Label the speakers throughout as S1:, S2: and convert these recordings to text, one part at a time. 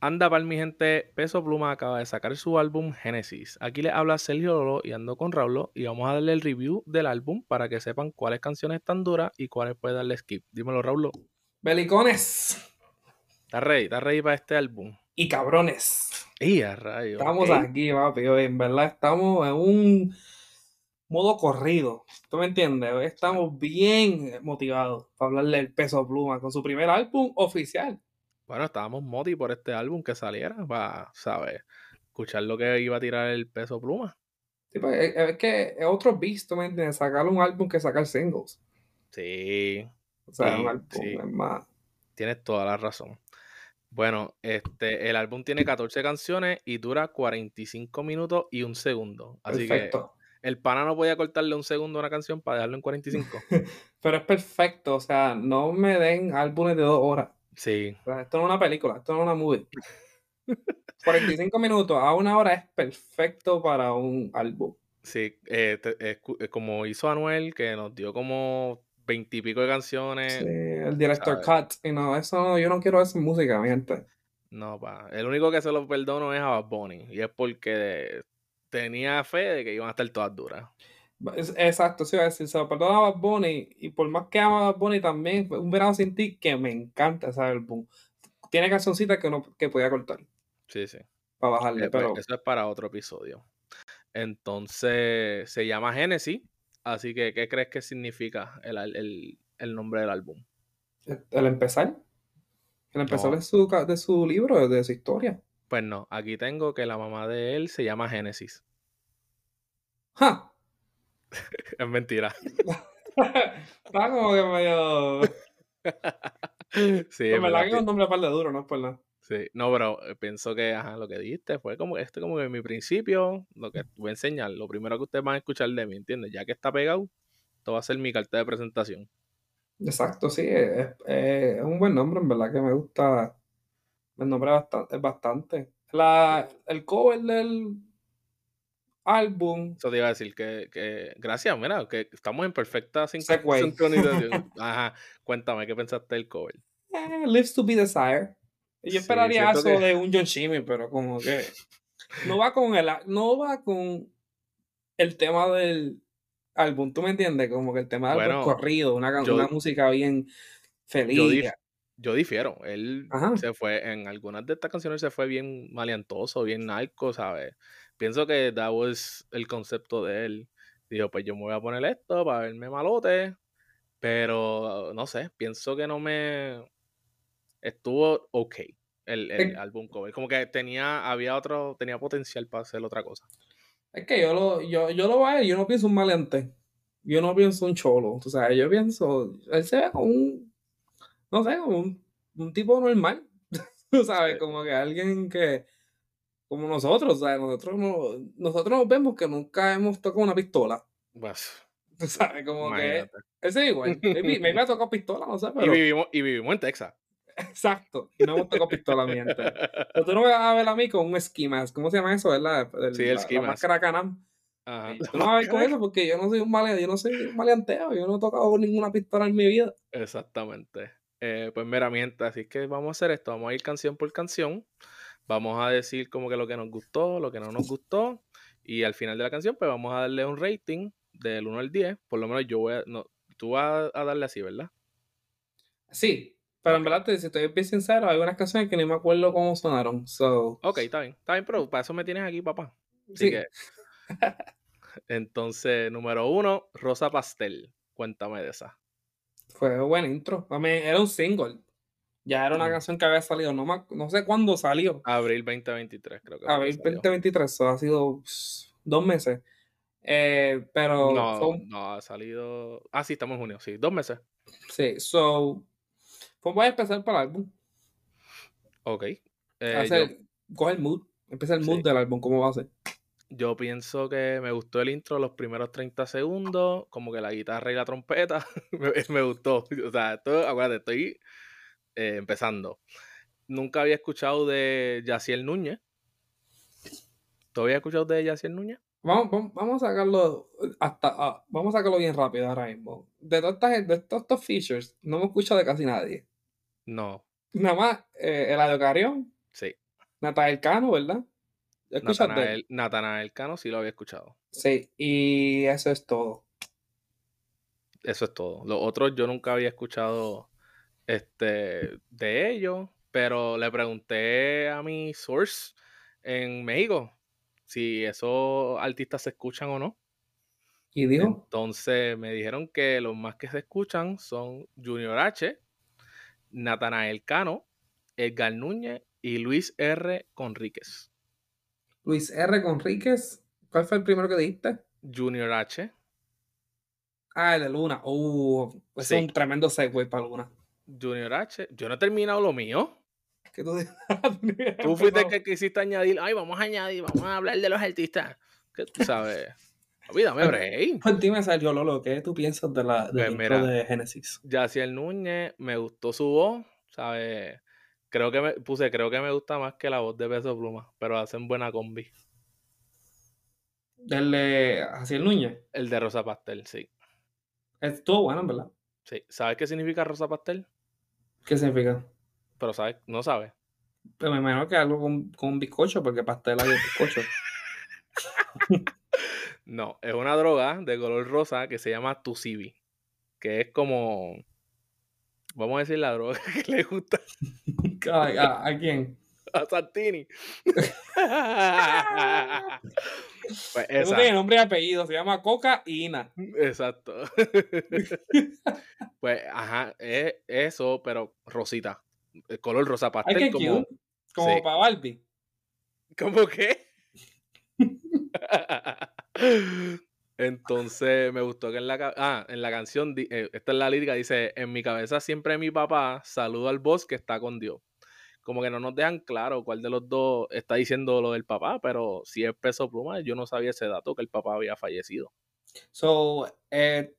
S1: Anda pal mi gente, Peso Pluma acaba de sacar su álbum Génesis. Aquí les habla Sergio Lolo y ando con Raulo y vamos a darle el review del álbum para que sepan cuáles canciones están duras y cuáles puede darle skip. Dímelo Raulo,
S2: Belicones
S1: ¿estás ready? ¿Estás ready para este álbum?
S2: y cabrones.
S1: ¡Y a rayos!
S2: Estamos
S1: ok.
S2: aquí, papi. hoy, en verdad, estamos en un modo corrido. ¿Tú me entiendes? Hoy Estamos bien motivados para hablarle del peso pluma con su primer álbum oficial.
S1: Bueno, estábamos moti por este álbum que saliera para, ¿sabes? Escuchar lo que iba a tirar el Peso Pluma.
S2: Sí, pues, es, es que es otro beast, ¿tú me entiendes? Sacar un álbum que sacar singles.
S1: Sí,
S2: O sea,
S1: Sí,
S2: un álbum
S1: sí.
S2: es más.
S1: Tienes toda la razón. Bueno, este, el álbum tiene 14 canciones y dura 45 minutos y un segundo. Así
S2: Perfecto.
S1: que el pana no podía cortarle un segundo a una canción para dejarlo en 45.
S2: Pero es perfecto. O sea, no me den álbumes de dos horas.
S1: sí,
S2: O sea, esto no es una película, esto no es una movie. 45 minutos a una hora es perfecto para un álbum.
S1: sí. eh, te- es cu- eh, como hizo Anuel, que nos dio como 20 y pico de canciones.
S2: Sí, el director
S1: Eh, ¿sabes?
S2: cut. Y no, eso no, yo no quiero esa música, mi gente.
S1: No, pa. El único que se lo perdono es a Bad Bunny. Y es porque tenía fe de que iban a estar todas duras.
S2: Es- exacto, sí, iba a decir, se lo perdono a Bad Bunny. Y por más que ama a Bad Bunny también, fue Un verano sin ti, que me encanta ese álbum. Tiene cancioncitas que no que podía cortar
S1: Sí, sí.
S2: para
S1: Eh,
S2: bajarle,
S1: pues,
S2: pero
S1: eso es para otro episodio. Entonces, se llama Génesis. Así que, ¿qué crees que significa el, al- el- el nombre del álbum?
S2: el, el empezar, el empezar
S1: No.
S2: de, su, ca- de su libro, de su historia.
S1: Pues no, aquí tengo que la mamá de él se llama Génesis.
S2: ¡Ja!
S1: Es mentira.
S2: Está como que medio.
S1: sí, es
S2: en verdad
S1: verdad,
S2: que es un nombre par de duro, no es por nada.
S1: sí. No, pero eh, pienso que ajá, lo que dijiste fue como este como que mi principio, lo que voy a enseñar, lo primero que ustedes van a escuchar de mí, ¿entiendes? Ya que está pegado, esto va a ser mi carta de presentación.
S2: Exacto, sí, es, es- es un buen nombre, en verdad que me gusta. El nombre bastante, es bastante. La, el cover del álbum,
S1: Eso te iba a decir que, que- gracias, mira, que estamos en perfecta sin-
S2: Segway.
S1: sincronización. Ajá, cuéntame qué pensaste del cover.
S2: eh, Lives to be Desired.
S1: Sí,
S2: Yo esperaría
S1: siento
S2: eso
S1: que-
S2: de un John Shimmy, pero como que no va con el, a- no va con el tema del álbum, ¿tú me entiendes? Como que el tema del álbum es
S1: Bueno,
S2: corrido, una, can-
S1: yo-
S2: una música bien feliz.
S1: Yo, dif- yo difiero. Él
S2: Ajá.
S1: se fue, en algunas de estas canciones se fue bien maleantoso, bien narco, ¿sabes? Pienso que that was el concepto de él. Dijo, pues yo me voy a poner esto para verme malote, pero no sé, pienso que no me estuvo ok el, el
S2: Eh.
S1: álbum cover. Como que tenía, había otro, tenía potencial para hacer otra cosa.
S2: Es que yo lo, yo, yo lo veo, yo no pienso un maleante. Yo no pienso un cholo. O sea, yo pienso. Él se ve como un. No sé, como un, un tipo normal. Tú sabes,
S1: Sí.
S2: como que alguien que. Como nosotros, ¿sabes? Nosotros, no, nosotros nos vemos que nunca hemos tocado una pistola.
S1: Pues,
S2: Tú sabes, como que.
S1: imagínate.
S2: Él se ve igual. Maybe, maybe ha tocado pistola, no sé,
S1: y,
S2: pero.
S1: vivimos, y vivimos en Texas.
S2: Exacto. Y no hemos tocado pistola, mi gente. Pero tú no me vas a ver a mí con un ski mask. ¿Cómo se llama eso, verdad? Del-
S1: Sí, el
S2: la,
S1: ski
S2: la
S1: mask.
S2: máscara Can-Am.
S1: Ajá.
S2: Tú no vas a ver con eso porque yo no soy un maleante, yo no soy un maleanteo, yo no he tocado ninguna pistola en mi vida.
S1: Exactamente. Eh, pues mira, mi gente, así que vamos a hacer esto. Vamos a ir canción por canción. Vamos a decir como que lo que nos gustó, lo que no nos gustó. Y al final de la canción, pues vamos a darle un rating del 1 al 10. Por lo menos yo voy a... No, tú vas a darle así, ¿verdad?
S2: Sí, pero en verdad, te- si estoy bien sincero, hay unas canciones que ni me acuerdo cómo sonaron. So,
S1: Ok, está bien. Está bien, pero para eso me tienes aquí, papá. Así
S2: sí,
S1: que... Entonces, número 1, Rosa Pastel. Cuéntame de esa.
S2: fue buen intro. A mí, era un single. Ya era una
S1: Ujú.
S2: canción que había salido, no, me ac- no sé cuándo salió.
S1: Abril 2023, creo que fue que
S2: A ver,
S1: salió.
S2: 2023, so, ha sido pss, dos meses. Eh, pero fue
S1: No,
S2: un-
S1: no ha salido. Ah, sí, estamos en junio, sí, dos meses.
S2: sí, so, fue un buen empezar para el álbum.
S1: Ok. Eh, yo,
S2: Hace, coge el mood, empieza el mood
S1: Sí.
S2: del álbum, cómo va a ser.
S1: yo pienso que me gustó el intro, los primeros 30 segundos, como que la guitarra y la trompeta, me, eh, me gustó. O sea, esto, acuérdate, estoy eh, empezando. Nunca había escuchado de Yaciel Núñez. ¿Tú habías escuchado de Yaciel Núñez?
S2: Vamos, vam- vamos a sacarlo hasta ah, vamos a sacarlo bien rápido ahora mismo. De todas estas, gen- de todos estos features, no me escucho de casi nadie.
S1: No,
S2: Nada más eh, el Eladio Carrión
S1: sí.
S2: Natal Cano, ¿verdad? ¿Ya ¿Escuchaste?
S1: Natanael, Natanael Cano sí lo había escuchado.
S2: Sí, y eso es todo.
S1: Eso es todo. Los otros yo nunca había escuchado este, de ellos, pero le pregunté a mi source en México si esos artistas se escuchan o no.
S2: Y dijo,
S1: Entonces me dijeron que los más que se escuchan son Junior H, Natanael Cano, Edgar Núñez y Luis R. Conríquez.
S2: Luis R. Conríquez, ¿cuál fue el primero que dijiste?
S1: Junior H,
S2: Ah, el de Luna. Uh, ese
S1: Sí.
S2: es un tremendo segue para Luna.
S1: Junior H. Yo no he terminado lo mío.
S2: ¿Qué tú dices? Ah,
S1: Tú fuiste el que quisiste añadir, ay, vamos a añadir, vamos a hablar de los artistas. Que tú sabes. Papi, dame break.
S2: Pues Dime, Sergio Lolo, ¿qué tú piensas de la, del
S1: Pues
S2: intro
S1: mira.
S2: de Genesis?
S1: Yaciel Núñez, me gustó su voz, ¿sabes? Creo que me puse, creo que me gusta más que la voz de Peso Pluma, pero hacen buena combi.
S2: Del de Jaciel Núñez.
S1: El de Rosa Pastel, sí.
S2: Estuvo bueno, en ¿verdad?
S1: sí. ¿Sabes qué significa Rosa Pastel?
S2: ¿Qué significa?
S1: Pero sabes, no sabes.
S2: Pero me imagino que algo con, con bizcocho, porque pastel hay de bizcocho.
S1: No, es una droga de color rosa que se llama Tucibi, que es como, vamos a decir la droga que le gusta
S2: ¿A, a- a quién?
S1: a Santini. Pues
S2: Eso
S1: esa.
S2: tiene nombre y apellido, se llama cocaína.
S1: Exacto. pues, ajá, es eso, pero rosita. El color rosa
S2: Hay
S1: pastel.
S2: que
S1: como,
S2: cute, como
S1: sí.
S2: para Barbie.
S1: ¿Cómo qué? Entonces me gustó que en la, ca- ah, en la canción, di- eh, esta es la lírica, dice, en mi cabeza siempre mi papá saluda al boss que está con Dios. Como que no nos dejan claro cuál de los dos está diciendo lo del papá, pero si es peso pluma, yo no sabía ese dato que el papá había fallecido.
S2: So, eh,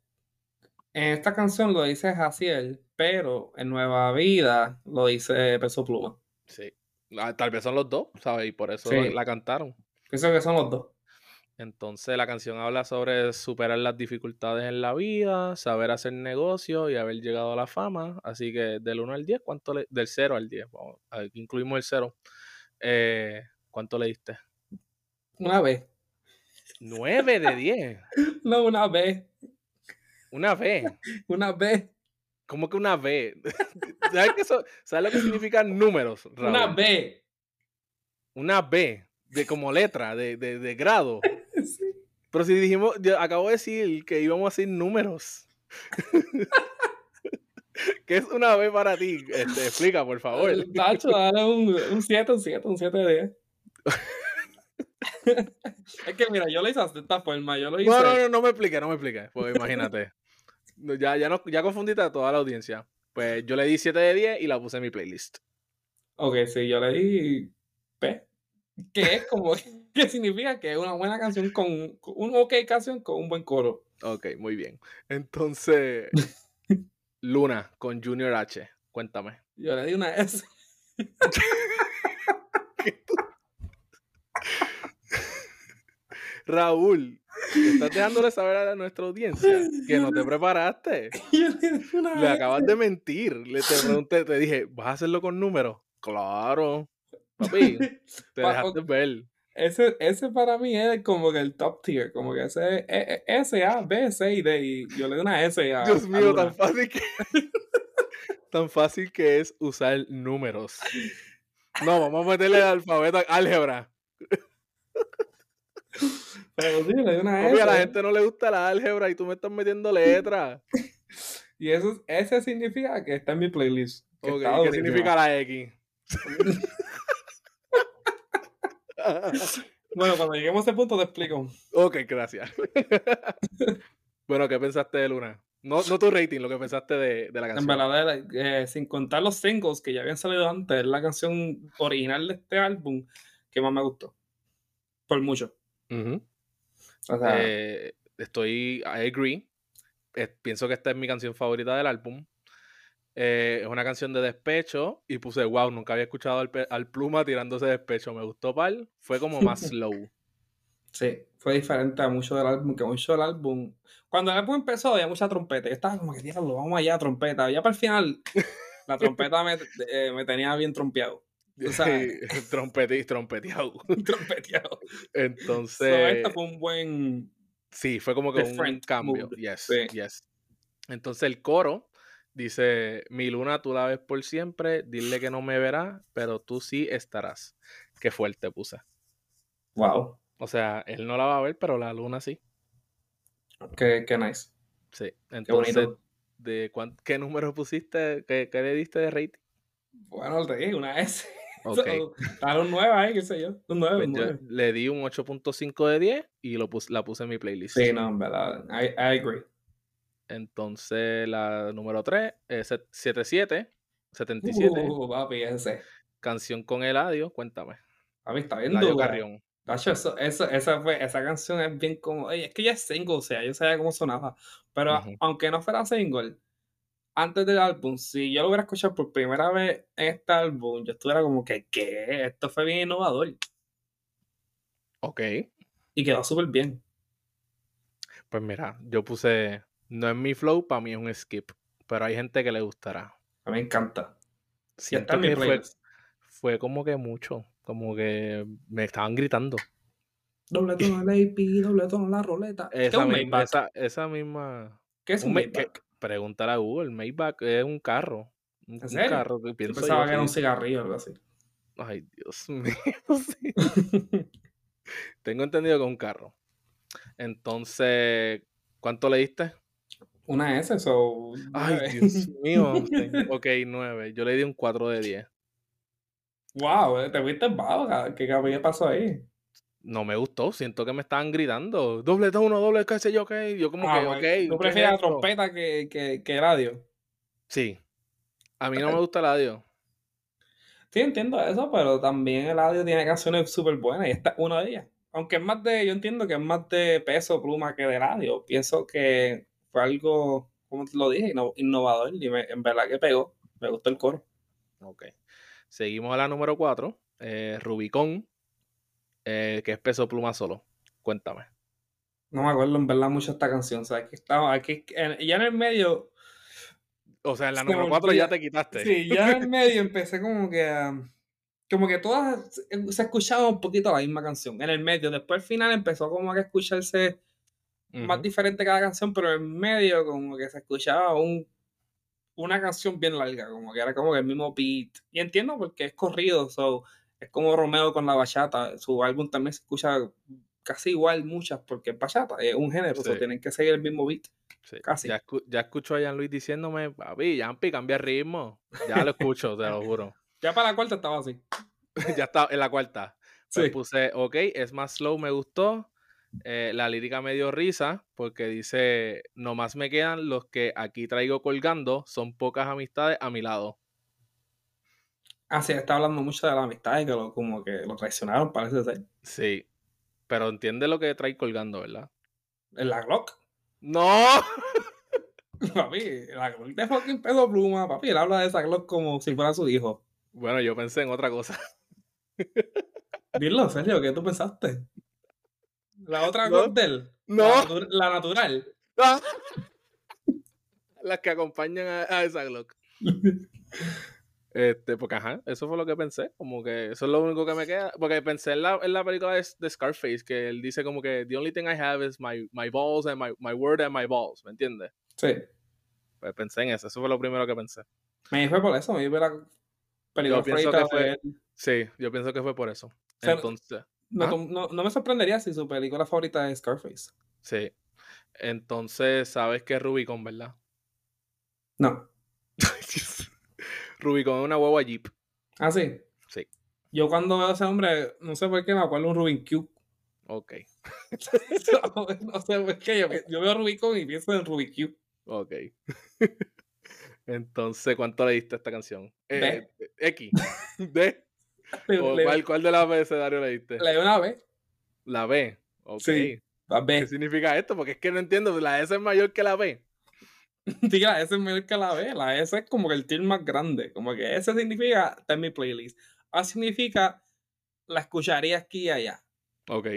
S2: en esta canción lo dice Jaciel, pero en Nueva Vida lo dice Peso Pluma.
S1: Sí. Ah, Tal vez son los dos, ¿sabes? Y por eso
S2: Sí.
S1: la cantaron.
S2: Pienso que son los dos.
S1: Entonces la canción habla sobre superar las dificultades en la vida, saber hacer negocio y haber llegado a la fama. Así que del 1 al 10, ¿cuánto le... Del 0 al 10, vamos, aquí incluimos el 0. Eh, ¿Cuánto le diste?
S2: Una vez.
S1: 9 de 10.
S2: No, una vez.
S1: Una B.
S2: Una vez.
S1: ¿Cómo que una B? ¿Sabes, qué eso- ¿Sabes lo que significan números? Raúl?
S2: Una vez.
S1: Una B, de como letra, de, de, de grado.
S2: Sí.
S1: Pero si dijimos, yo acabo de decir que íbamos a hacer números. ¿Qué es una B para ti? Este, explica, por favor.
S2: Nacho, dale un 7, un 7, un 7 de 10. es que mira, yo lo hice de esta forma, yo lo hice.
S1: No, no, no, no me expliques, no me expliques. Pues imagínate. No, Ya, ya, no, ya confundiste a toda la audiencia. Pues yo le di 7 de 10 y la puse en mi playlist.
S2: Ok, sí, yo le di P. Que es como, que significa que es una buena canción con, con un ok canción con un buen coro.
S1: Ok, muy bien. Entonces, Luna con Junior H. Cuéntame.
S2: Yo le di una S.
S1: Raúl, estás dejándole saber a nuestra audiencia que no te preparaste.
S2: Yo le di una E.
S1: Le
S2: S.
S1: acabas de mentir. Le te pregunté, te dije, ¿vas a hacerlo con números? Claro. Papi, te
S2: Pa-
S1: dejaste ver.
S2: Ese, ese para mí es como que el top tier, como que ese es- es es S, A, B, C y D. Y yo le doy una S a.
S1: Dios
S2: a
S1: mío,
S2: Luna.
S1: tan fácil que tan fácil que es usar números. No, vamos a meterle el alfabeto álgebra.
S2: Pero sí, le doy una
S1: Papi,
S2: S.
S1: a la gente no le gusta la álgebra y tú me estás metiendo letras.
S2: Y eso, ese significa que está en mi playlist. que
S1: Ok,
S2: está
S1: ¿Qué
S2: durísima.
S1: significa la X?
S2: Bueno, cuando lleguemos a ese punto te explico.
S1: ok, gracias. bueno, ¿qué pensaste de Luna? No, no tu rating, lo que pensaste de, de la
S2: En
S1: canción.
S2: verdad, eh, sin contar los singles que ya habían salido antes, es la canción original de este álbum que más me gustó. Por mucho.
S1: Ujú.
S2: O sea,
S1: Eh, estoy, I agree. Eh, pienso que esta es mi canción favorita del álbum. Eh, es una canción de despecho y puse, wow, nunca había escuchado al, pe- al pluma tirándose despecho. Me gustó pal. Fue como más slow.
S2: sí, fue diferente a mucho del álbum, que mucho del álbum. Cuando el álbum empezó había mucha trompeta. Yo estaba como que, diablo, vamos allá, trompeta. Ya para el final, la trompeta me, eh, me tenía bien trompeado. O sea,
S1: trompeti, trompeteado.
S2: trompeteado. So,
S1: Entonces,
S2: este fue un buen.
S1: sí, fue como que un
S2: different
S1: cambio.
S2: mood.
S1: Yes,
S2: Sí.
S1: yes. Entonces el coro dice, mi luna tú la ves por siempre, dile que no me verás, pero tú sí estarás. Qué fuerte puse.
S2: Wow.
S1: O sea, él no la va a ver, pero la luna sí.
S2: Qué, qué nice.
S1: Sí.
S2: Qué bonito.
S1: Entonces, ¿de cuán- ¿qué número pusiste? ¿Qué, qué le diste de rating?
S2: Bueno, te dije, una S.
S1: Ok.
S2: So, Estaba un 9 ahí, qué sé yo. Un 9,
S1: Pues
S2: un
S1: yo
S2: 9.
S1: le di un 8.5 de 10 y lo pus- la puse en mi playlist.
S2: Sí, no, en verdad. I, I agree.
S1: Entonces, la número 3 es 77, 77,
S2: Uh, papi, ese.
S1: canción con Eladio, cuéntame.
S2: Papi, está bien
S1: Eladio
S2: dura.
S1: Carrión.
S2: Tacho, eso, eso- esa, fue- esa canción es bien como. Ey, es que ya es single, o sea, yo sabía cómo sonaba. Pero
S1: Ujú.
S2: aunque no fuera single, antes del álbum, si yo lo hubiera escuchado por primera vez en este álbum, yo estuviera como que, ¿qué? Esto fue bien innovador.
S1: Ok,
S2: Y quedó súper bien.
S1: pues mira, yo puse, no es mi flow, para mí es un skip, pero hay gente que le gustará.
S2: A mí me encanta. Ya está
S1: Siento
S2: en mi
S1: que fue,
S2: playlist.
S1: fue como que mucho, como que me estaban gritando.
S2: Doble tono el AP, doble tono la ruleta. ¿Qué Este es
S1: Esa,
S2: un
S1: mi-
S2: Maybach?
S1: esa, esa misma...
S2: ¿Qué es un
S1: un May- que-
S2: Maybach?
S1: Pregúntale a Google, Maybach es un carro. Un, un
S2: serio?
S1: carro, que
S2: Yo
S1: pienso
S2: pensaba
S1: yo,
S2: que era un
S1: sí.
S2: cigarrillo o algo así.
S1: Ay, Dios mío. sí. Tengo entendido que es un carro. Entonces, ¿cuánto le diste?
S2: Una S, so. eh, nueve.
S1: Ay, Dios mío. Tengo- ok, 9. Yo le di un 4 de 10.
S2: Wow, eh, te fuiste bajo, ca- ¿qué qué pasó ahí?
S1: No me gustó, siento que me estaban gritando. Doble tono, doble qué sé yo, qué. Yo como
S2: Ah,
S1: que,
S2: bueno,
S1: ok. ¿qué
S2: ¿Tú
S1: es
S2: prefieres la
S1: esto?
S2: trompeta que, que, que el radio?
S1: Sí. A mí no me gusta el audio.
S2: Sí, entiendo eso, pero también el radio tiene canciones súper buenas y esta es una de ellas. Aunque es más de, yo entiendo que es más de peso pluma que de radio. Pienso que fue algo, como te lo dije, Inno- innovador y me- en verdad que pegó. Me gustó el coro.
S1: Ok. Seguimos a la número 4, Rubicón, eh, que es peso pluma solo. Cuéntame.
S2: No me acuerdo en verdad mucho esta canción. O sea, aquí estaba, aquí, en- ya en el medio,
S1: O sea, en la
S2: Se me
S1: número 4 ya
S2: olvida.
S1: te quitaste.
S2: sí, ya en el medio empecé como que a- como que todas se- se escuchaba un poquito la misma canción. En el medio, después al final empezó como que a escucharse más
S1: Ujú.
S2: diferente cada canción, pero en medio como que se escuchaba un, una canción bien larga, como que era como que el mismo beat. Y entiendo porque es corrido, so, es como Romeo con la bachata, su álbum también se escucha casi igual muchas porque es bachata, es un género, so,
S1: Sí.
S2: tienen que seguir el mismo beat.
S1: Sí,
S2: Casi.
S1: Ya, escu- ya escucho a Jan Luis diciéndome, papi, Jampi, cambia el ritmo. Ya lo escucho, te lo juro.
S2: Ya para la cuarta estaba así.
S1: ya está en la cuarta. Pues
S2: Sí.
S1: puse, ok, es más slow, me gustó. Eh, la lírica me dio risa porque dice, nomás me quedan los que aquí traigo colgando, son pocas amistades a mi lado.
S2: Ah, sí, está hablando mucho de la amistad y que lo, como que lo traicionaron, parece ser.
S1: Sí, pero entiende lo que trae colgando, ¿verdad?
S2: En la Glock.
S1: No,
S2: Papi, la Glock de fucking pedo pluma, papi. Él habla de esa Glock como si fuera su hijo.
S1: bueno, yo pensé en otra cosa.
S2: Dilo, en serio, ¿qué tú pensaste? La otra
S1: No.
S2: Glock de él.
S1: No.
S2: La, natu- la natural.
S1: Ah. Las que acompañan a, a esa Glock. Este, porque ajá, eso fue lo que pensé, como que eso es lo único que me queda, porque pensé en la, en la película de, de Scarface, que él dice como que the only thing I have is my, my balls and my, my word and my balls, ¿me entiendes?
S2: Sí.
S1: Pues pensé en eso, eso fue lo primero que pensé.
S2: Me fue por eso, me fue la película
S1: Yo pienso
S2: favorita
S1: que fue-
S2: de él.
S1: Sí, yo pienso que fue por eso.
S2: sea,
S1: Entonces,
S2: No,
S1: ¿Ah?
S2: tú- no- no me sorprendería si su película favorita es Scarface.
S1: sí. Entonces, sabes que es Rubicon, ¿verdad?
S2: No.
S1: Rubicon es una guagua Jeep.
S2: Ah, sí.
S1: Sí.
S2: Yo cuando veo a ese hombre, no sé por qué me acuerdo de un Rubin Cube.
S1: Ok,
S2: no sé por qué. Yo, yo veo Rubicon y pienso en Rubin Cube.
S1: ok. Entonces, ¿cuánto le diste a esta canción?
S2: D.
S1: Eh, X. D.
S2: Le,
S1: ¿O
S2: le-
S1: ¿Cuál, cuál de los abecedarios le diste?
S2: le doy una vez.
S1: La B. Ok.
S2: Sí. La
S1: ¿Qué
S2: B.
S1: significa esto? Porque es que no entiendo. La S es mayor que la B.
S2: Sí, la S es mejor que la B. La S es como que el tier más grande. Como que S significa está en mi playlist. A significa la escucharía aquí y allá.
S1: Ok.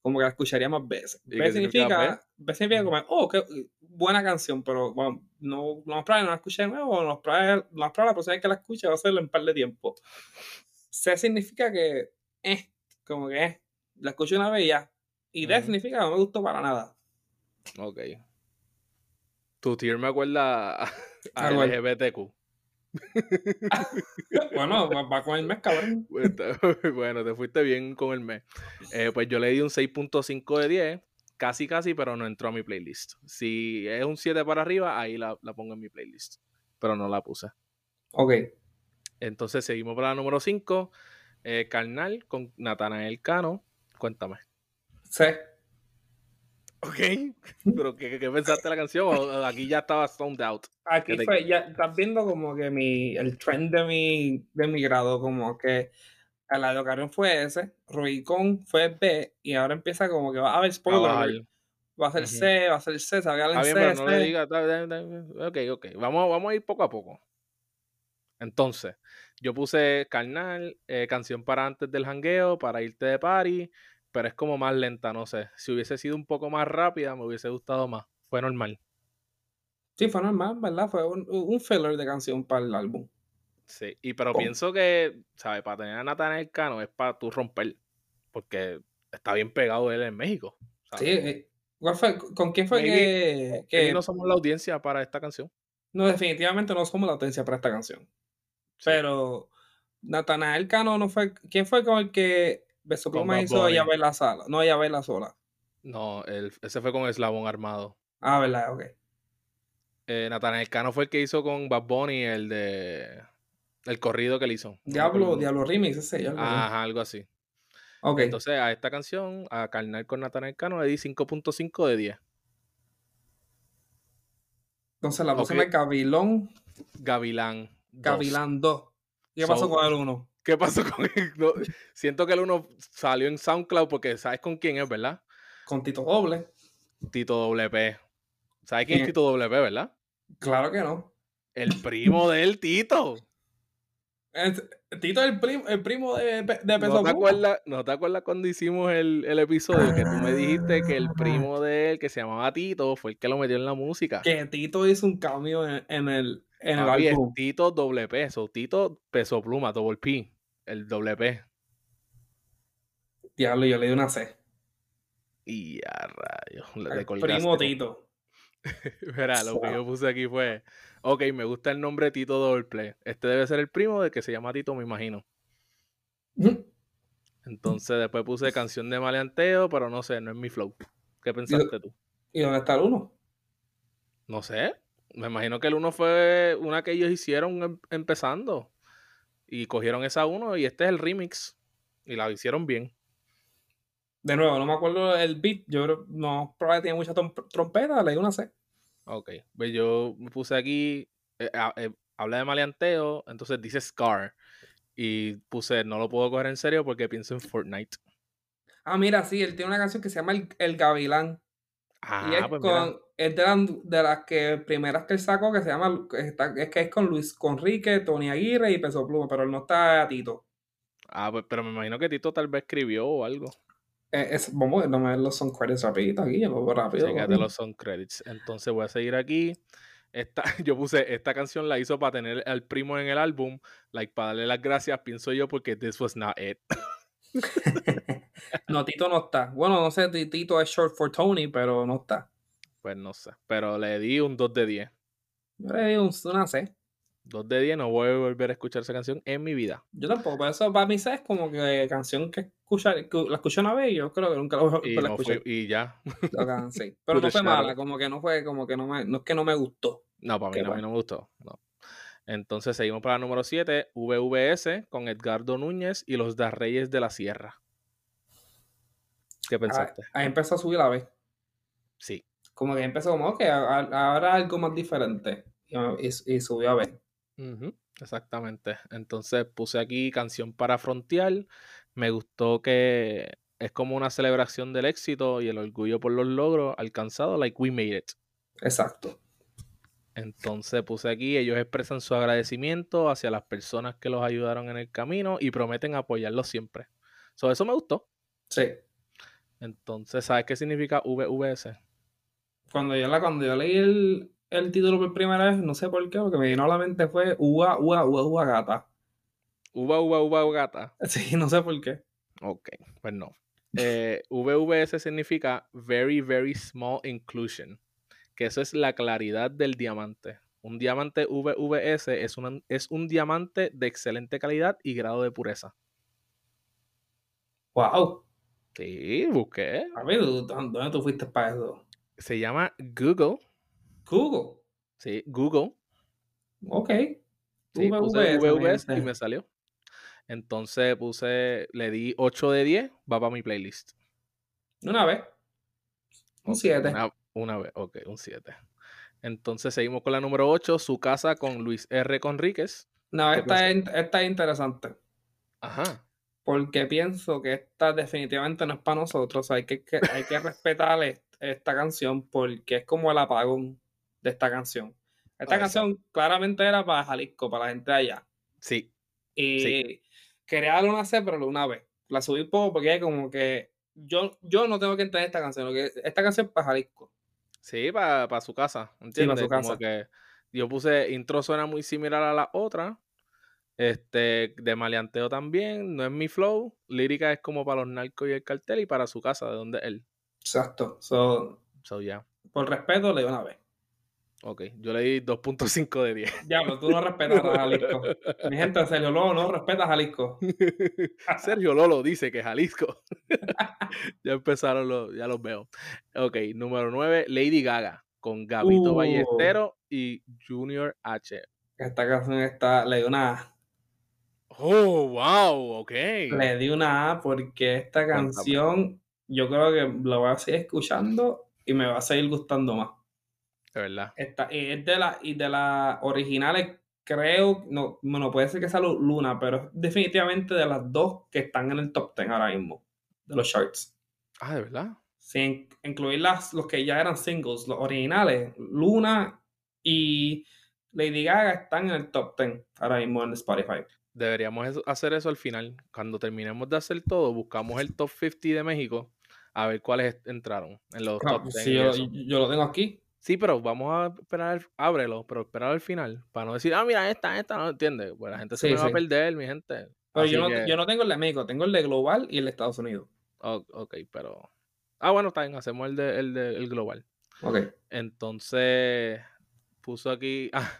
S2: Como que la escucharía más veces.
S1: ¿Y
S2: B
S1: qué significa
S2: significa, B significa como, oh, qué buena canción, pero bueno, no, no más probable no la escuché de nuevo, no más probable, no más probable la próxima vez que la escuche va a ser en un par de tiempo. C significa que eh, como que eh, la escucho una vez y ya. Y D
S1: Ujú.
S2: significa no me gustó para nada.
S1: Ok. Tu tier me acuerda a, a
S2: Ah, bueno.
S1: LGBTQ.
S2: Bueno, va, va con el mes, cabrón.
S1: Está- Bueno, te fuiste bien con el mes. Eh, pues yo le di un 6.5 de 10. Casi, casi, pero no entró a mi playlist. Si es un 7 para arriba, ahí la, la pongo en mi playlist. Pero no la puse.
S2: Ok.
S1: Entonces seguimos para la número 5. Carnal con Natanael Cano. Cuéntame.
S2: C.
S1: Ok. ¿Pero qué, qué- qué pensaste de la canción? O- o Aquí ya estaba stoned out.
S2: Aquí
S1: Que te-
S2: fue, ya estás viendo como que mi, el trend de mi, de mi grado, como que a la de Ocarón fue S, Rubicon fue B, y ahora empieza como que va a haber
S1: a
S2: spoiler,
S1: bajar.
S2: alert, va a ser
S1: Ujú.
S2: C, va a ser C, se va a quedar en
S1: Está bien,
S2: C,
S1: pero no le
S2: C.
S1: digas. está bien, está bien. Ok, ok. Vamos, vamos a ir poco a poco. Entonces, yo puse carnal, eh, canción para antes del jangueo, para irte de party, pero es como más lenta, no sé. Si hubiese sido un poco más rápida, me hubiese gustado más. Fue normal.
S2: Sí, fue normal, ¿verdad? Fue un, un filler de canción para el álbum.
S1: Sí. Y pero
S2: Con-
S1: pienso que, ¿sabes? Para tener a Natanael Cano es para tú romper, porque está bien pegado él en México.
S2: Sí,
S1: ¿sabes?
S2: eh, ¿cuál fue, ¿con quién fue que,
S1: Maybe-
S2: que-
S1: Y no somos la audiencia para esta canción.
S2: No, definitivamente no somos la audiencia para esta canción.
S1: Sí.
S2: Pero Natanael Cano no fue. ¿Quién fue con el que Beso
S1: Con
S2: Pluma
S1: Bad
S2: hizo
S1: Bunny.
S2: Yabela Sala? No, Yabela Sola.
S1: No, el- ese fue con Eslabón Armado.
S2: Ah, verdad, ok.
S1: Eh, Natanael Cano fue el que hizo con Bad Bunny el de. El corrido que le hizo. no me
S2: Diablo,
S1: acuerdo.
S2: Diablo Remix, ese. Yo lo sé.
S1: Ajá, algo así.
S2: ok.
S1: Entonces, a esta canción, a Carnal con Natanael Cano, le di 5.5 de 10.
S2: Entonces la puse
S1: ok.
S2: en el Gavilón,
S1: Gavilán. dos.
S2: Gavilán 2. ¿Qué
S1: So-
S2: pasó con el 1?
S1: ¿Qué pasó con él? No, siento que el uno salió en SoundCloud porque sabes con quién es, ¿verdad?
S2: Con Tito Doble.
S1: Tito WP. ¿Sabes quién es
S2: ¿Quién?
S1: Tito WP, verdad?
S2: Claro que no.
S1: El primo del Tito.
S2: Es- Tito es el, prim- el primo de, Pe-
S1: ¿No
S2: de Peso
S1: te,
S2: Pluma.
S1: acuerdas, ¿No te acuerdas cuando hicimos el, el episodio que tú me dijiste que
S2: Ah.
S1: el primo de él, que se llamaba Tito, fue el que lo metió en la música?
S2: Que Tito hizo un cambio en, en el, en el
S1: Papi, es
S2: álbum.
S1: Tito doble peso, Tito peso pluma, doble P, el doble P.
S2: Diablo, yo le di una C.
S1: Y a rayos, le- te
S2: El primo
S1: colgaste.
S2: Tito.
S1: Verá, lo que yo puse aquí fue, ok, me gusta el nombre Tito doble P. Este debe ser el primo del que se llama Tito, me imagino.
S2: Ujú.
S1: Entonces después puse canción de maleanteo, pero no sé, no es mi flow. ¿Qué pensaste tú?
S2: ¿Y dónde está el 1?
S1: No sé. Me imagino que el uno fue una que ellos hicieron em- empezando. Y cogieron esa uno y este es el remix. Y la hicieron bien.
S2: De nuevo, no me acuerdo el beat. Yo creo, no, probablemente tiene mucha trom- trompeta, le di una C.
S1: Ok. Pues yo me puse aquí. eh, a- eh, habla de maleanteo. Entonces dice Scar. Y puse, no lo puedo coger en serio porque pienso en Fortnite.
S2: Ah, mira, sí, él tiene una canción que se llama El, El Gavilán. y es
S1: Ah, pues mira.
S2: con, es de, las- de las que primeras que él sacó, que se llama, Lu- que está- es que es con Luis Conrique, Tony Aguirre y Peso Pluma, pero él no está Tito.
S1: Ah, pues, pero me imagino que Tito tal vez escribió o algo.
S2: Eh, es, vamos a ver, no me ver los son credits rapidito aquí, yo lo veo rápido.
S1: Chécate los son credits. Entonces voy a seguir aquí. Esta, yo puse, esta canción la hizo para tener al primo en el álbum, like para darle las gracias, pienso yo, porque this was not it.
S2: no, Tito no está. Bueno, no sé, ti- Tito es short for Tony, pero no está.
S1: Pues no sé, pero le di un 2 de 10.
S2: Yo le di un- una C.
S1: 2 de 10, no voy a volver a escuchar esa canción en mi vida.
S2: Yo tampoco, pero eso para mí C es como que canción que escucha, que la escuché una vez y yo creo que nunca la voy a
S1: Y,
S2: volver a
S1: no fui-
S2: escuchar.
S1: y ya.
S2: Lo que hagan, sí. Pero
S1: Put
S2: no
S1: a
S2: fue
S1: shadow.
S2: mala, como que no fue, como que no me, no es que no me gustó.
S1: No, para mí,
S2: Qué
S1: no, a mí
S2: bueno.
S1: no me gustó. no. Entonces seguimos para la número 7, VVS, con Edgardo Núñez y los Das Reyes de la Sierra. ¿Qué
S2: Ah,
S1: pensaste?
S2: Ahí empezó a subir la vez.
S1: Sí.
S2: Como que ahí empezó como, ok, a- a- ahora algo más diferente. Y, y- y subió a ver.
S1: Ujú, Exactamente. Entonces puse aquí canción para frontear. Me gustó que es como una celebración del éxito y el orgullo por los logros alcanzados, like we made it.
S2: Exacto.
S1: Entonces puse aquí, ellos expresan su agradecimiento hacia las personas que los ayudaron en el camino y prometen apoyarlos siempre. So, eso me gustó.
S2: Sí.
S1: Entonces, ¿sabes qué significa VVS?
S2: Cuando yo, la, cuando yo leí el, el título por primera vez, no sé por qué, lo que me vino a la mente fue Ua, Ua, Ua, Ua, Gata.
S1: Uva, uva, uva, gata.
S2: Sí, no sé por qué.
S1: Ok, pues no. Eh, VVS significa Very, Very Small Inclusion, que eso es la claridad del diamante. Un diamante VVS es, una- es un diamante de excelente calidad y grado de pureza.
S2: Wow.
S1: Sí, busqué.
S2: A ver, ¿dó- ¿dónde tú fuiste para eso?
S1: Se llama Google.
S2: Google.
S1: Sí, Google.
S2: Ok.
S1: Sí, puse
S2: VVS,
S1: VVS y
S2: gente.
S1: me salió. Entonces puse, le di 8 de 10, va para mi playlist.
S2: Una vez. Un
S1: Ok,
S2: 7.
S1: Una, una vez, ok, un 7. Entonces seguimos con la número 8, su casa con Luis R. Conríquez.
S2: No,
S1: ¿Qué
S2: esta es, esta es interesante.
S1: Ajá.
S2: Porque pienso que esta definitivamente no es para nosotros. Hay que, que- hay que respetar est- esta canción porque es como el apagón de esta canción. Esta
S1: Ah,
S2: canción claramente era para Jalisco, para la gente de allá.
S1: Sí,
S2: Y
S1: Sí.
S2: quería darle una C, pero le una B. La subí poco porque como que yo, yo no tengo que entender esta canción. lo que- esta canción es para Jalisco.
S1: sí, para su casa,
S2: Sí, pa'
S1: ¿entiendes?
S2: su
S1: Como
S2: casa.
S1: que yo puse intro suena muy similar a la otra. Este, de maleanteo también, no es mi flow. Lírica es como para los narcos y el cartel y para su casa, de donde es él.
S2: Exacto. So,
S1: So, ya.
S2: por respeto, le doy una B.
S1: Ok, yo le di 2.5 de 10.
S2: Diablo, tú no respetas a Jalisco. Mi gente, Sergio Lobo no respeta a Jalisco.
S1: Sergio Lolo dice que Jalisco. ya empezaron los, ya los veo. Ok, número 9, Lady Gaga, con Gabito
S2: Uh.
S1: Ballestero y Junior H.
S2: Esta canción está, le di una A.
S1: Oh, wow, ok.
S2: Le di una A porque esta
S1: Cuéntame.
S2: canción yo creo que la voy a seguir escuchando y me va a seguir gustando más.
S1: De verdad.
S2: Esta, y es de las y de las originales, creo, no, bueno, puede ser que sea Lu- Luna, pero es definitivamente de las dos que están en el top 10 ahora mismo, de los charts.
S1: Ah, de verdad.
S2: Sin incluir las, los que ya eran singles, los originales, Luna y Lady Gaga están en el top 10 ahora mismo en Spotify.
S1: Deberíamos eso- hacer eso al final. Cuando terminemos de hacer todo, buscamos el top 50 de México a ver cuáles entraron en los
S2: Claro, pues,
S1: top 10
S2: si
S1: y
S2: yo,
S1: eso.
S2: yo lo tengo aquí.
S1: Sí, pero vamos a esperar, ábrelo, pero esperar al final, para no decir, ah, mira, esta, esta, no entiende. Pues la gente se
S2: Sí,
S1: me va a
S2: sí.
S1: perder, mi gente.
S2: Pero
S1: Así
S2: yo no,
S1: que-
S2: yo no tengo el de México, tengo el de Global y el de Estados Unidos.
S1: o- ok, pero. Ah, bueno, está bien, hacemos el, de, el, de- el global.
S2: Ok.
S1: Entonces, puso aquí. Ah,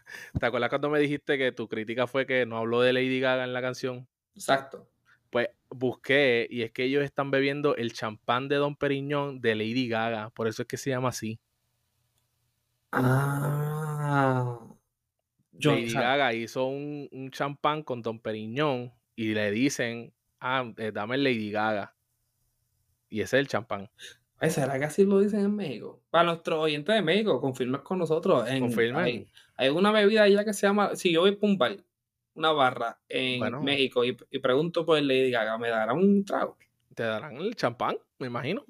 S1: ¿Te acuerdas cuando me dijiste que tu crítica fue que no habló de Lady Gaga en la canción?
S2: Exacto.
S1: Pues busqué y es que ellos están bebiendo el champán de Don Periñón de Lady Gaga, por eso es que se llama así.
S2: Ah. Yo,
S1: Lady
S2: o sea,
S1: Gaga hizo un, un champán con Don Periñón y le dicen, ah, eh, dame el Lady Gaga. Y ese es el champán.
S2: ay, ¿será que así lo dicen en México? Para nuestros oyentes de México, confirmen con nosotros. En,
S1: Confirmen.
S2: Hay, hay una bebida allá que se llama, si yo voy a un bar, una barra en
S1: Bueno.
S2: México y, y pregunto por Lady Gaga, ¿me dará un trago?
S1: Te darán el champán, me imagino.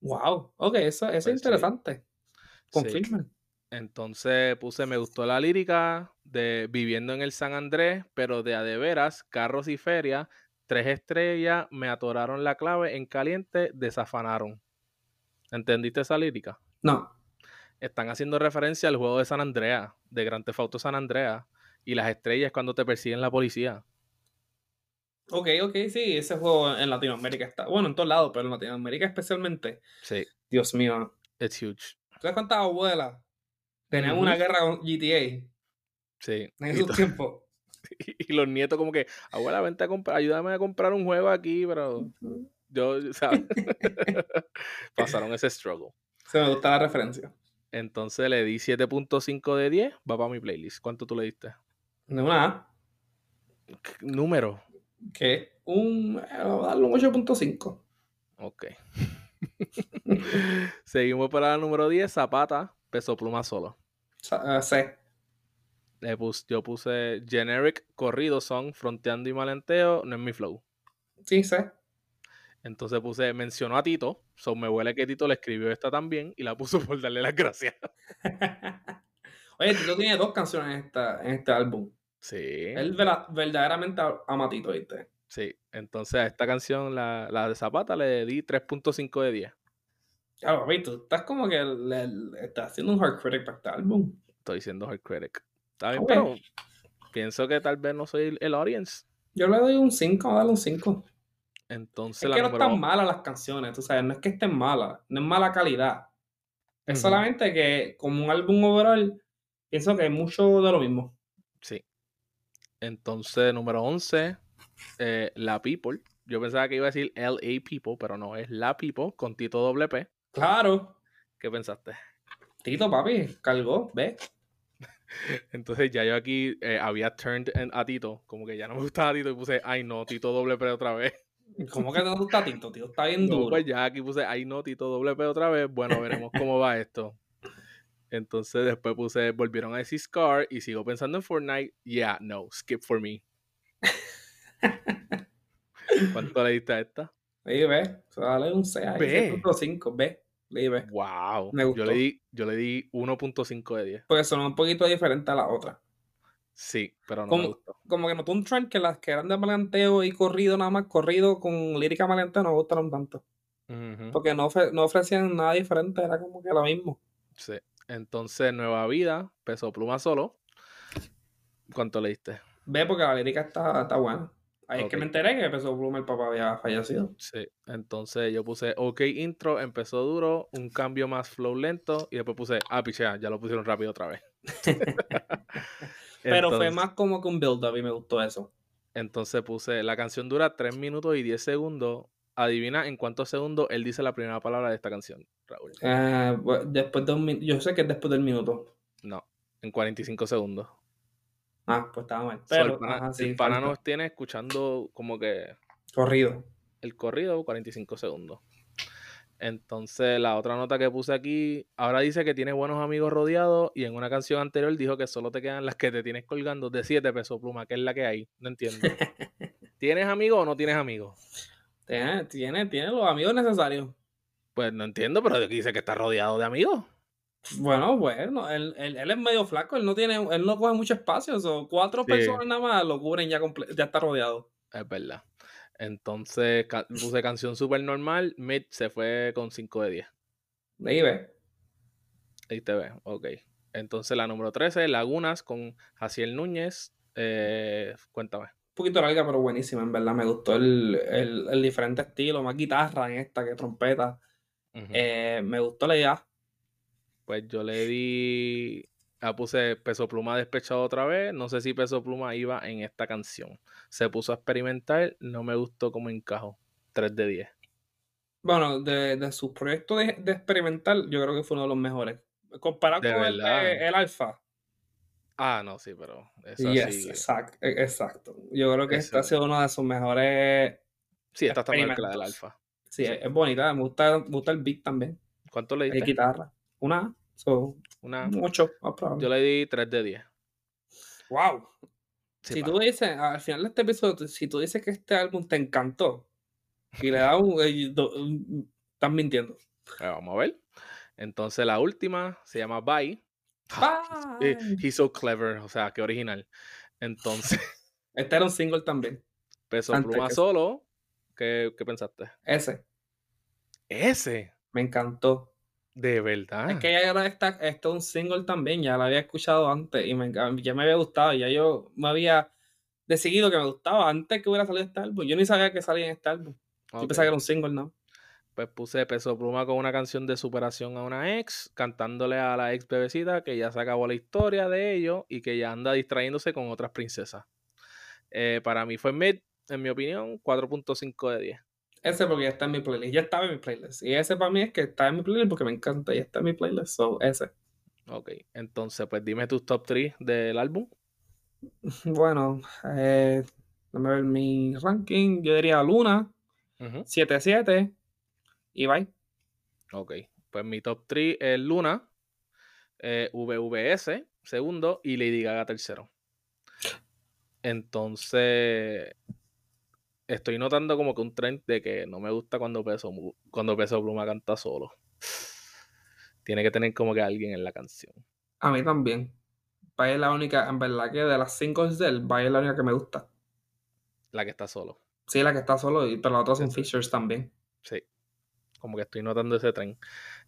S2: Wow. Ok, eso, eso
S1: sí.
S2: es interesante.
S1: Sí.
S2: Confirmen.
S1: Entonces puse, me gustó la lírica de viviendo en el San Andrés, pero de a de veras, carros y feria, tres estrellas, me atoraron la clave en caliente, desafanaron. ¿Entendiste esa lírica?
S2: No.
S1: Están haciendo referencia al juego de San Andreas, de Grand Theft Auto San Andreas, y las estrellas cuando te persiguen la policía.
S2: Ok, ok, sí, ese juego en Latinoamérica está. Bueno, en todos lados, pero en Latinoamérica especialmente.
S1: Sí,
S2: Dios mío.
S1: it's huge.
S2: ¿Tú sabes cuántas abuelas tenían
S1: Ujú.
S2: una guerra con GTA
S1: Sí.
S2: en
S1: Y, to-
S2: esos tiempos?
S1: y los nietos como que, abuela, vente a comprar, ayúdame a comprar un juego aquí, pero yo, ¿sabes? Pasaron ese struggle.
S2: Se me gusta la referencia.
S1: Entonces le di 7.5 de 10, va para mi playlist. ¿Cuánto tú le diste?
S2: De una A,
S1: ¿Qué Número.
S2: que es un. eh, Vamos a darle un 8.5.
S1: Ok. Seguimos para la número 10, Zapata, peso pluma solo.
S2: Sa- eh, C.
S1: Le pus- yo puse generic corrido son, fronteando y malenteo, no es mi flow.
S2: Sí, C.
S1: Entonces puse, mencionó a Tito, son me huele que Tito le escribió esta también y la puso por darle las gracias.
S2: Oye, Tito tiene dos canciones en, esta, en este álbum.
S1: Sí,
S2: Él vera- verdaderamente ama a Tito, ¿viste?
S1: sí. Entonces a esta canción, la, la de Zapata, le di 3.5 de 10.
S2: Claro, papi, tú estás como que le- le- estás haciendo un hard critic para este álbum.
S1: Estoy diciendo hard critic. Está bien,
S2: Ok.
S1: pero pienso que tal vez no soy el- el audience.
S2: Yo le doy un 5, dale un 5.
S1: Entonces
S2: Es
S1: la
S2: que no
S1: número
S2: están
S1: uno-
S2: malas las canciones, tú sabes, no es que estén malas, no es mala calidad. Es
S1: Ujú.
S2: solamente que como un álbum overall, pienso que hay mucho de lo mismo.
S1: Sí. Entonces, número 11, eh, La People. Yo pensaba que iba a decir LA People, pero no, es La People con Tito doble P.
S2: Claro,
S1: ¿Qué pensaste?
S2: Tito, papi, cargó, ¿ves?
S1: Entonces ya yo aquí eh, había turned en- a Tito, como que ya no me gustaba Tito y puse, ay no, Tito doble P otra vez.
S2: ¿Cómo que no te gusta Tito? Tito está bien
S1: No,
S2: duro.
S1: pues ya aquí puse, ay no, Tito doble P otra vez. Bueno, veremos cómo va esto. Entonces después puse, volvieron a decir Scar y sigo pensando en Fortnite. Yeah, no, skip for me. ¿Cuánto le diste a esta?
S2: Sí, ¿ves? Se dale un 6 ahí,
S1: Ve.
S2: 6.5, ¿ves? Sí, ¿ves?
S1: Wow.
S2: Me
S1: Yo
S2: gustó.
S1: le di, yo le di 1.5 de 10.
S2: Porque son un poquito diferente a la otra.
S1: Sí, pero no me
S2: ¿Cómo?
S1: gustó.
S2: Como que noté un trend que las que eran de malanteo y corrido nada más, corrido con lírica maleanteo, no me gustaron tanto.
S1: Ujú,
S2: Porque no, ofre- no ofrecían nada diferente, era como que lo mismo.
S1: sí. Entonces, Nueva Vida, peso pluma solo. ¿Cuánto le diste?
S2: Ve, porque la lírica está, está buena. Ahí es que
S1: Ok.
S2: me enteré que Peso Pluma el papá había fallecido.
S1: Sí. Entonces yo puse OK intro, empezó duro, un cambio más flow lento y después puse, ah, pichea, ya lo pusieron rápido otra vez.
S2: Pero fue
S1: Entonces-
S2: más como que un build-up y me gustó eso.
S1: Entonces puse, la canción dura 3 minutos y 10 segundos. Adivina en cuántos segundos él dice la primera palabra de esta canción, Raúl.
S2: Eh, bu- después de un min- Yo sé que es después del minuto.
S1: No, en 45 segundos.
S2: Ah, pues estaba mal.
S1: So,
S2: Pero,
S1: el pana,
S2: ajá, sí,
S1: el pana
S2: falta.
S1: nos tiene escuchando como que
S2: Corrido.
S1: el corrido 45 segundos. Entonces, la otra nota que puse aquí, ahora dice que tiene buenos amigos rodeados y en una canción anterior dijo que solo te quedan las que te tienes colgando de 7 pesos pluma, que es la que hay. No entiendo. ¿Tienes amigos o no tienes amigos?
S2: Tiene, tiene, tiene los amigos necesarios.
S1: Pues no entiendo, pero aquí dice que está rodeado de amigos.
S2: Bueno, bueno, él, él, él es medio flaco, él no tiene, él no coge mucho espacio. Son cuatro
S1: Sí.
S2: personas nada más lo cubren ya comple- ya está rodeado.
S1: Es verdad. Entonces, ca- puse canción súper normal, Mid se fue con 5 de 10.
S2: De ahí ve.
S1: Ahí te ve, ok. Entonces, la número 13, Lagunas con Jaciel Núñez. Eh, cuéntame.
S2: Un poquito larga, pero buenísima, en verdad. Me gustó el, el, el diferente estilo, más guitarra en esta que trompeta.
S1: Ujú.
S2: Eh, me gustó la idea.
S1: Pues yo le di. Ah, puse Peso Pluma despechado otra vez. No sé si Peso Pluma iba en esta canción. Se puso a experimentar. No me gustó cómo encajó. 3 de 10.
S2: Bueno, de, de su proyecto de, de experimental, yo creo que fue uno de los mejores. Comparado
S1: De
S2: con el,
S1: verdad.
S2: de- el Alfa.
S1: Ah, no, sí, pero. Eso
S2: Yes,
S1: sí.
S2: exacto, e- exacto. Yo creo que este ha
S1: Esa-
S2: sido uno de sus mejores.
S1: Sí, esta está mejor que la del
S2: experimentos.
S1: Alfa.
S2: Sí, es, es bonita. Me gusta, me gusta el beat también.
S1: ¿Cuánto le
S2: Hay
S1: diste?
S2: guitarra. Una A, so,
S1: Una.
S2: mucho, más probable.
S1: Ah. Yo le di 3 de 10.
S2: Wow.
S1: Sí,
S2: si
S1: pa.
S2: tú dices, al final de este episodio, tú- si tú dices que este álbum te encantó y le das un. eh, do- un- estás mintiendo.
S1: Eh, vamos a ver. Entonces la última se llama Bye. Eh,
S2: Bye.
S1: He's so clever, o sea, qué original. Entonces,
S2: Este era un single también.
S1: Peso
S2: Antes
S1: Pluma
S2: que-
S1: solo. ¿Qué, qué pensaste?
S2: Ese,
S1: Ese,
S2: me encantó.
S1: de verdad.
S2: Es que ya era esta, esto es un single también, ya la había escuchado antes y me, enca- ya me había gustado, ya yo me había decidido que me gustaba antes que hubiera salido este álbum. Yo ni sabía que salía en este álbum. Yo
S1: Ok,
S2: pensaba que era un single, ¿no?
S1: Pues puse Peso Pluma con una canción de superación a una ex, cantándole a la ex bebecita que ya se acabó la historia de ellos y que ya anda distrayéndose con otras princesas. Eh, para mí fue mid, en mi opinión, 4.5 de 10.
S2: Ese porque ya está en mi playlist, ya estaba en mi playlist. Y ese para mí es que está en mi playlist porque me encanta, ya está en mi playlist, so ese.
S1: Ok, entonces pues dime tus top 3 del álbum.
S2: Bueno, eh, déjame ver mi ranking. Yo diría Luna,
S1: Ujú.
S2: 7-7. Y bye.
S1: Ok, pues mi top 3 es Luna, eh, VVS, segundo, y Lady Gaga, tercero. Entonces, estoy notando como que un trend de que no me gusta cuando Peso, Mu- cuando Peso Pluma canta solo. Tiene que tener como que alguien en la canción.
S2: A mí también. Bye es la única, en verdad que de las 5 del Bye es la única que me gusta.
S1: La que está solo.
S2: Sí, la que está solo, y- pero las otras son
S1: Sí, sí.
S2: features también.
S1: Sí, como que estoy notando ese tren.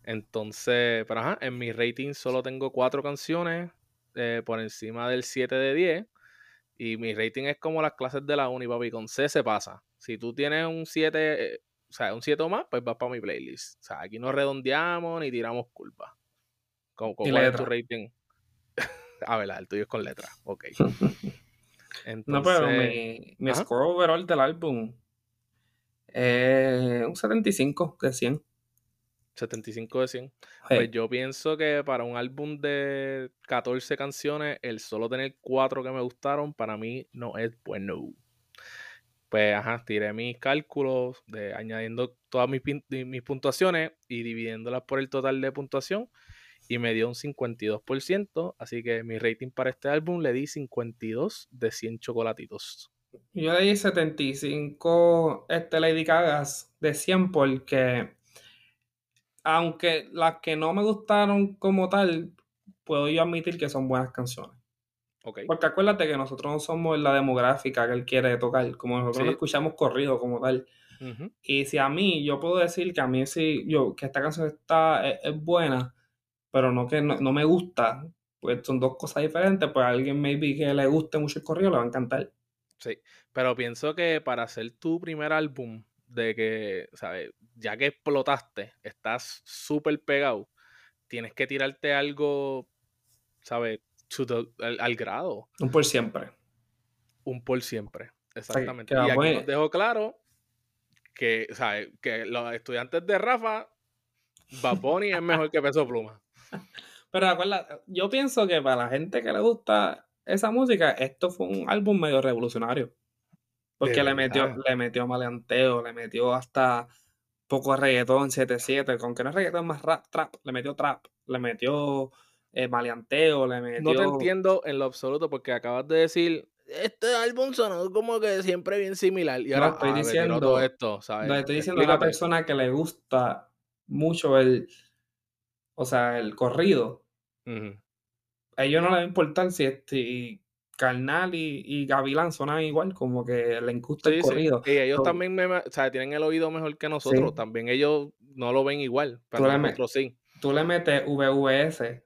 S1: Entonces, pero ajá, en mi rating solo tengo cuatro canciones eh, por encima del 7 de 10. Y mi rating es como las clases de la uni, papi. Con C se pasa. Si tú tienes un 7, eh, o sea, un 7 o más, pues vas para mi playlist. O sea, aquí no redondeamos ni tiramos culpa. ¿Cómo, cómo
S2: Ni
S1: cuál es
S2: letra.
S1: tu rating? A ver, el tuyo es con letra. Ok. Entonces,
S2: No, pero mi, mi
S1: ajá.
S2: score overall del álbum es un 75 de Eh, 100.
S1: 75 de 100.
S2: Hey,
S1: Pues yo pienso que para un álbum de 14 canciones, el solo tener 4 que me gustaron, para mí no es bueno. Pues ajá, tiré mis cálculos de añadiendo todas mis, pin- de mis puntuaciones y dividiéndolas por el total de puntuación y me dio un 52%, así que mi rating para este álbum le di 52 de 100 chocolatitos.
S2: Yo le di 75 este, Lady Gagas de 100 porque aunque las que no me gustaron como tal, puedo yo admitir que son buenas canciones.
S1: Ok.
S2: Porque acuérdate que nosotros no somos la demográfica que él quiere tocar, como nosotros
S1: Sí.
S2: no escuchamos corrido como tal.
S1: Ujú.
S2: Y si a mí, yo puedo decir que a mí sí, yo, que esta canción está, e, es, es buena, pero no que no, no me gusta, pues son dos cosas diferentes, pues a alguien maybe que le guste mucho el corrido le va a encantar.
S1: Sí, pero pienso que para hacer tu primer álbum, de que, ¿sabes? Ya que explotaste, estás súper pegado, tienes que tirarte algo, ¿sabes? To the- al, al grado,
S2: No por siempre.
S1: un por siempre. Exactamente.
S2: que
S1: Y
S2: la
S1: aquí nos
S2: pone-
S1: dejó claro que, ¿sabes? Que los estudiantes de Rafa, Bad Bunny es mejor que Peso Pluma.
S2: Pero acuérdate, yo pienso que para la gente que le gusta esa música, esto fue un álbum medio revolucionario. Porque le metió,
S1: verdad.
S2: le metió maleanteo, le metió hasta poco reggaetón 7-7, con que no es reggaetón más rap, trap, le metió trap, le metió eh, maleanteo, le
S1: No
S2: metió.
S1: te entiendo en lo absoluto porque acabas de decir, este álbum sonó como que siempre bien similar. Y
S2: No,
S1: ahora,
S2: estoy
S1: ah, me tiró todo
S2: diciendo-
S1: esto, ¿sabes?
S2: No, estoy diciendo a una
S1: Explícate.
S2: persona que le gusta mucho el, o sea, el corrido.
S1: Ujú.
S2: A ellos no les va a importar si este y Carnal y, y Gavilán sonan igual, como que le gusta el
S1: Sí, sí.
S2: corrido.
S1: Y ellos
S2: So,
S1: también me- me- o sea, tienen el oído mejor que nosotros.
S2: Sí.
S1: También ellos no lo ven igual, pero
S2: Tú la me-
S1: nosotros sí.
S2: Tú le metes VVS,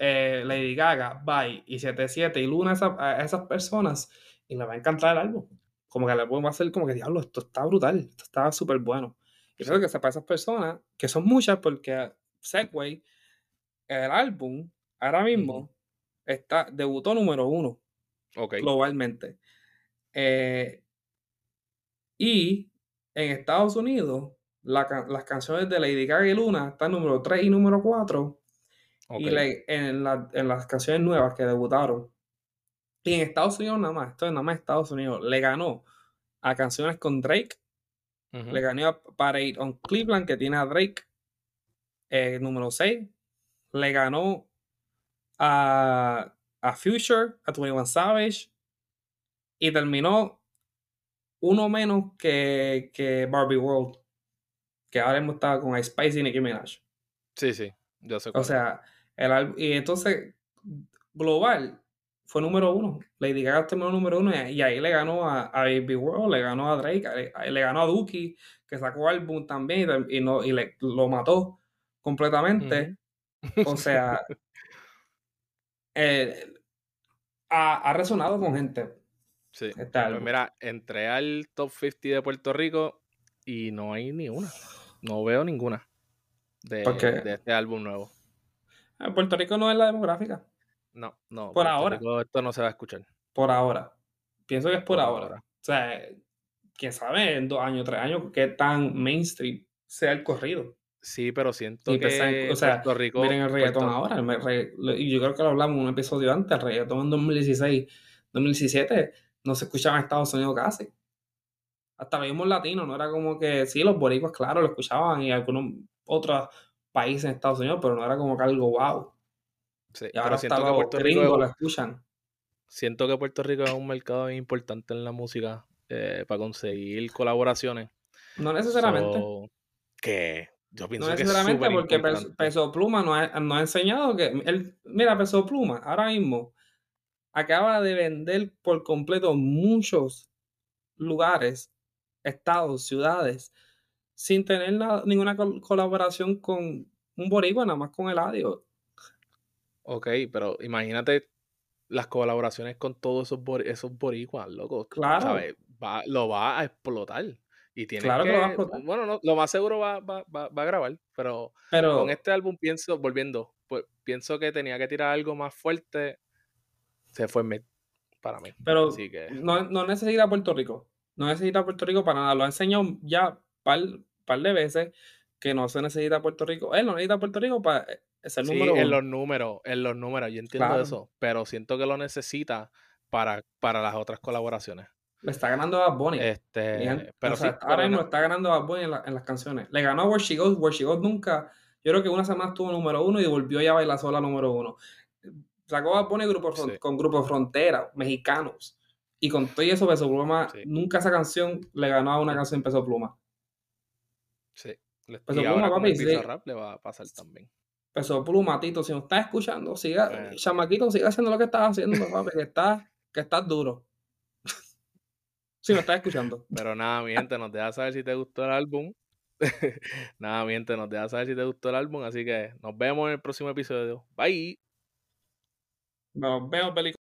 S2: eh, Lady Gaga, Bye y 77 y Luna a, esa- a esas personas y les va a encantar el álbum. Como que el álbum va a ser como que, diablo, esto está brutal, esto está súper bueno. Y creo que para esas personas, que son muchas porque Segway, el álbum, ahora mismo, está, debutó número uno
S1: Ok.
S2: globalmente. Eh, y en Estados Unidos, la ca- las canciones de Lady Gaga y Luna están número 3 y número 4.
S1: ok.
S2: Y le- en, la- en las canciones nuevas que debutaron. Y en Estados Unidos nada más, esto es nada más Estados Unidos, le ganó a canciones con Drake,
S1: Ujú.
S2: le ganó a Parade on Cleveland, que tiene a Drake, eh, número 6. Le ganó a, a Future, a 21 Savage. Y terminó uno menos que, que Barbie World, que ahora hemos estado con Ice Spice y Nicki Minaj.
S1: Sí, sí. Yo sé
S2: O
S1: cuál es.
S2: sea, el álbum. Y entonces, global, fue número uno. Lady Gaga terminó número uno y, y ahí le ganó a, a Baby World, le ganó a Drake, a- a- le, ganó a Duki, que sacó álbum también y, tam- y no, y le, lo mató completamente. O sea, eh, ha, ha resonado con gente
S1: Sí.
S2: este
S1: Pues
S2: álbum.
S1: mira, entré al top 50 de Puerto Rico y no hay ni una. No veo ninguna de,
S2: Porque
S1: de este álbum nuevo.
S2: eh, Puerto Rico no es la demográfica,
S1: No, no.
S2: por
S1: Puerto
S2: ahora,
S1: Rico esto no se va a escuchar.
S2: por ahora. Pienso que es por
S1: Por
S2: ahora.
S1: ahora.
S2: O sea, quién sabe en dos años, tres años, qué tan mainstream sea el corrido.
S1: Sí, pero
S2: Y
S1: siento
S2: pensaban, o
S1: que
S2: sea,
S1: Puerto
S2: miren
S1: Rico, pues,
S2: el reggaetón
S1: Puerto,
S2: ahora. el me- re- lo- y yo creo que lo hablamos en un episodio antes, el reggaetón en 2016, 2017, no se escuchaba en Estados Unidos casi. Hasta lo mismo latino, no era como que, sí, los boricuas, claro, lo escuchaban y algunos otros países en Estados Unidos, pero no era como que algo wow.
S1: sí,
S2: Y ahora
S1: pero
S2: hasta
S1: siento que
S2: los
S1: Puerto Rico es
S2: gringos
S1: un-
S2: lo escuchan.
S1: Siento que Puerto Rico es un mercado bien importante en la música eh, para conseguir colaboraciones.
S2: No necesariamente.
S1: So, que yo
S2: No
S1: pienso que es
S2: necesariamente
S1: súper
S2: porque Peso,
S1: importante.
S2: Peso Pluma no ha, no ha enseñado que... él- mira, Peso Pluma, ahora mismo acaba de vender por completo muchos lugares, estados, ciudades, sin tener na- ninguna col- colaboración con un boricua, nada más con el audio.
S1: Ok, pero imagínate las colaboraciones con todos esos, bor- esos boricuas, loco.
S2: Claro.
S1: ¿sabes? Va- lo va a explotar. Y tiene
S2: Claro que
S1: que,
S2: lo va a explotar.
S1: bueno, no, lo más seguro va, va, va- va a grabar, pero
S2: Pero
S1: con este álbum pienso, volviendo, pues, pienso que tenía que tirar algo más fuerte. Se fue mid para mí.
S2: Pero
S1: Así que
S2: no, no necesita Puerto Rico. No necesita Puerto Rico para nada. Lo ha enseñado ya par, par de veces que no se necesita Puerto Rico. Él no necesita Puerto Rico para eh, ser
S1: sí,
S2: número
S1: en
S2: uno.
S1: los números, en los números, yo entiendo
S2: Claro.
S1: eso, pero siento que lo necesita para, para las otras colaboraciones.
S2: Le está ganando a Bad Bunny.
S1: Este,
S2: Y an-
S1: pero
S2: o sea,
S1: sí,
S2: ahora
S1: pero
S2: mismo
S1: no-
S2: está ganando Bad Bunny en, la- en las canciones. Le ganó a Where She Goes. Where She Goes nunca. Yo creo que una semana estuvo número uno y volvió ya a bailar sola número uno. Sacó a Bad Bunny grupo Fron-
S1: Sí.
S2: con Grupo Frontera, mexicanos. Y con todo y eso, Peso Pluma,
S1: Sí.
S2: nunca esa canción le ganó a una canción Peso Pluma.
S1: sí, le-
S2: Peso
S1: y
S2: Pluma,
S1: ahora con
S2: papi,
S1: el
S2: sí.
S1: Bizarrap le va a pasar también.
S2: Peso Plumatito, si nos estás escuchando, siga,
S1: Bueno.
S2: chamaquito, siga haciendo lo que estás haciendo, papi, que estás, que estás duro. si nos estás escuchando.
S1: Pero nada, mi gente, nos deja saber si te gustó el álbum. nada, mi gente, nos deja saber si te gustó el álbum. Así que nos vemos en el próximo episodio. Bye.
S2: Nos vemos, película.